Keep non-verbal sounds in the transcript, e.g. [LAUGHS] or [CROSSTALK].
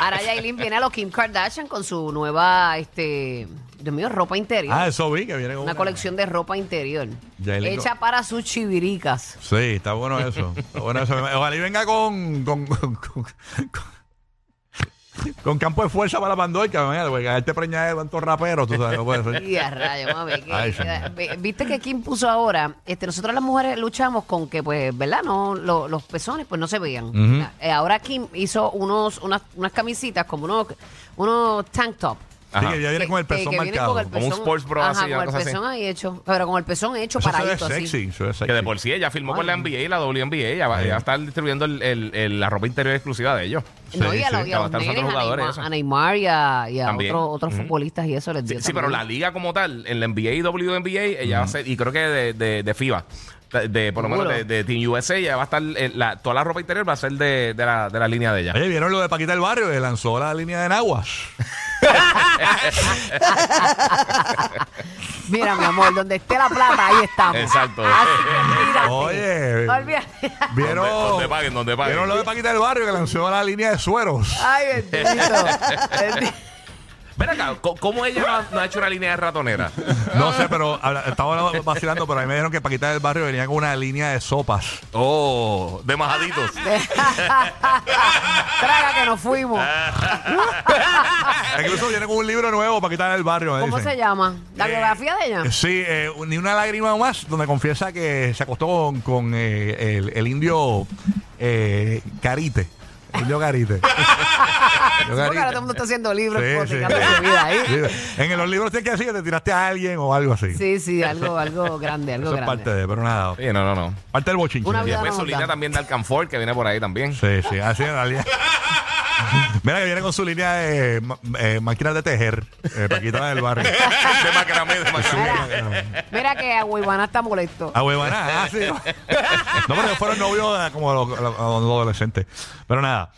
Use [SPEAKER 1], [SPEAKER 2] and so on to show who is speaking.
[SPEAKER 1] Ahora Yailin viene a los Kim Kardashian con su nueva, este, Dios mío, ropa interior.
[SPEAKER 2] Ah, eso vi, que viene con
[SPEAKER 1] una colección de ropa interior.
[SPEAKER 2] Yailin
[SPEAKER 1] hecha para sus chiviricas.
[SPEAKER 2] Sí, está bueno eso. Está bueno eso. Ojalá y venga con... con, con, con- con- con campo de fuerza para la pandorca, imagínate, porque cagarte preñada de tantos raperos, tú sabes, no puede ser.
[SPEAKER 1] Y a rayos,
[SPEAKER 2] [LAUGHS]
[SPEAKER 1] mami, que-
[SPEAKER 2] Ay,
[SPEAKER 1] que-
[SPEAKER 2] señor.
[SPEAKER 1] ve- Viste que Kim puso ahora, este, nosotros las mujeres luchamos con que, pues, ¿verdad? No, lo- los pezones, pues, no se vean. Eh, Ahora Kim hizo unos, unas, unas camisitas como unos, unos tank top.
[SPEAKER 2] Así que ya viene
[SPEAKER 1] que-
[SPEAKER 2] con el
[SPEAKER 1] que-
[SPEAKER 2] pezón
[SPEAKER 1] que vienen
[SPEAKER 2] marcado.
[SPEAKER 1] con el
[SPEAKER 2] Eso
[SPEAKER 3] Como un
[SPEAKER 1] pezón-
[SPEAKER 3] sports bra
[SPEAKER 1] ajá,
[SPEAKER 3] así, una
[SPEAKER 1] con el
[SPEAKER 3] cosa así.
[SPEAKER 1] pezón ahí hecho, pero con el pezón hecho
[SPEAKER 2] se ve
[SPEAKER 1] paradito así.
[SPEAKER 2] sexy, eso es
[SPEAKER 3] Que de
[SPEAKER 2] sexy.
[SPEAKER 3] por sí ella firmó
[SPEAKER 1] Ay.
[SPEAKER 3] con la NBA y la WNBA. Ella va, ella va a estar distribuyendo el- el- el- la ropa interior exclusiva de ellos.
[SPEAKER 1] no,
[SPEAKER 2] Sí,
[SPEAKER 1] y a, los-
[SPEAKER 2] sí,
[SPEAKER 1] y a los
[SPEAKER 3] que van a estar los
[SPEAKER 1] nenes,
[SPEAKER 3] otros
[SPEAKER 1] a
[SPEAKER 3] jugadores,
[SPEAKER 1] Neymar,
[SPEAKER 3] eso.
[SPEAKER 1] a Neymar y a, y a
[SPEAKER 3] También.
[SPEAKER 1] otro- otros futbolistas y eso les
[SPEAKER 3] Sí,
[SPEAKER 1] dio.
[SPEAKER 3] sí, pero la
[SPEAKER 1] también.
[SPEAKER 3] liga como tal, en la NBA y WNBA, ella va a ser, y creo que de, de, de FIBA, de, de- por lo menos
[SPEAKER 1] Seguro.
[SPEAKER 3] de, de Team USA, ella va a estar, eh, la- toda la ropa interior va a ser de, de la, de la línea de ella.
[SPEAKER 2] Oye, ¿vieron lo de Paquita del Barrio? Que lanzó la línea de Nahuas.
[SPEAKER 1] Mira, mi amor, donde esté la plata, ahí estamos.
[SPEAKER 3] [LAUGHS] Exacto.
[SPEAKER 1] Así que mírate.
[SPEAKER 2] [LAUGHS] Oye.
[SPEAKER 1] No olvides.
[SPEAKER 2] ¿Vieron,
[SPEAKER 3] Donde- donde paguen, donde paguen.
[SPEAKER 2] ¿Vieron lo de Paquita del Barrio? Que lanzó la línea de sueros.
[SPEAKER 1] Ay, bendito. Bendito.
[SPEAKER 3] [LAUGHS] Ven acá, co- ¿cómo ella no ha, no ha hecho una línea de ratonera?
[SPEAKER 2] No sé, pero habla- estamos vacilando, pero a mí me dijeron que Paquita del Barrio venía con una línea de sopas.
[SPEAKER 3] Oh, de majaditos.
[SPEAKER 1] Ah, Traga que nos fuimos.
[SPEAKER 3] Ah,
[SPEAKER 2] Incluso viene con un libro nuevo, Paquita del Barrio. me
[SPEAKER 1] ¿Cómo
[SPEAKER 2] dicen.
[SPEAKER 1] se llama? ¿La
[SPEAKER 2] Eh,
[SPEAKER 1] biografía de ella?
[SPEAKER 2] Sí, eh, ni una lágrima más, donde confiesa que se acostó con, con, eh, el, el indio eh, Carite. El
[SPEAKER 1] [LAUGHS]
[SPEAKER 2] indio Carite. El indio
[SPEAKER 1] Porque ahora
[SPEAKER 2] Carite.
[SPEAKER 1] todo el mundo está haciendo libros
[SPEAKER 2] Sí, sí.
[SPEAKER 1] explicando su vida ahí.
[SPEAKER 2] [LAUGHS] Sí. En los libros tienes que decir que te tiraste a alguien o algo así.
[SPEAKER 1] Sí, sí, algo, algo grande, algo
[SPEAKER 2] Eso es
[SPEAKER 1] grande.
[SPEAKER 2] parte de, pero nada.
[SPEAKER 3] Sí, no, no, no.
[SPEAKER 2] Parte del bochinche.
[SPEAKER 1] Una
[SPEAKER 3] Y
[SPEAKER 1] vida-
[SPEAKER 3] después su
[SPEAKER 1] nota.
[SPEAKER 3] línea también de Alcanfor, que viene por ahí también.
[SPEAKER 2] Sí, sí, así
[SPEAKER 1] [LAUGHS]
[SPEAKER 2] en realidad. Mira que viene con su línea de ma- eh, máquinas de tejer, eh, Paquita del
[SPEAKER 1] [LAUGHS]
[SPEAKER 2] Barrio.
[SPEAKER 3] [LAUGHS] de macramé, de macramé.
[SPEAKER 1] Mira, mira que a Guaybana está molesto.
[SPEAKER 2] A huevaná, ah, sí. No, pero fueron novios eh, como los, los- los adolescentes. Pero nada.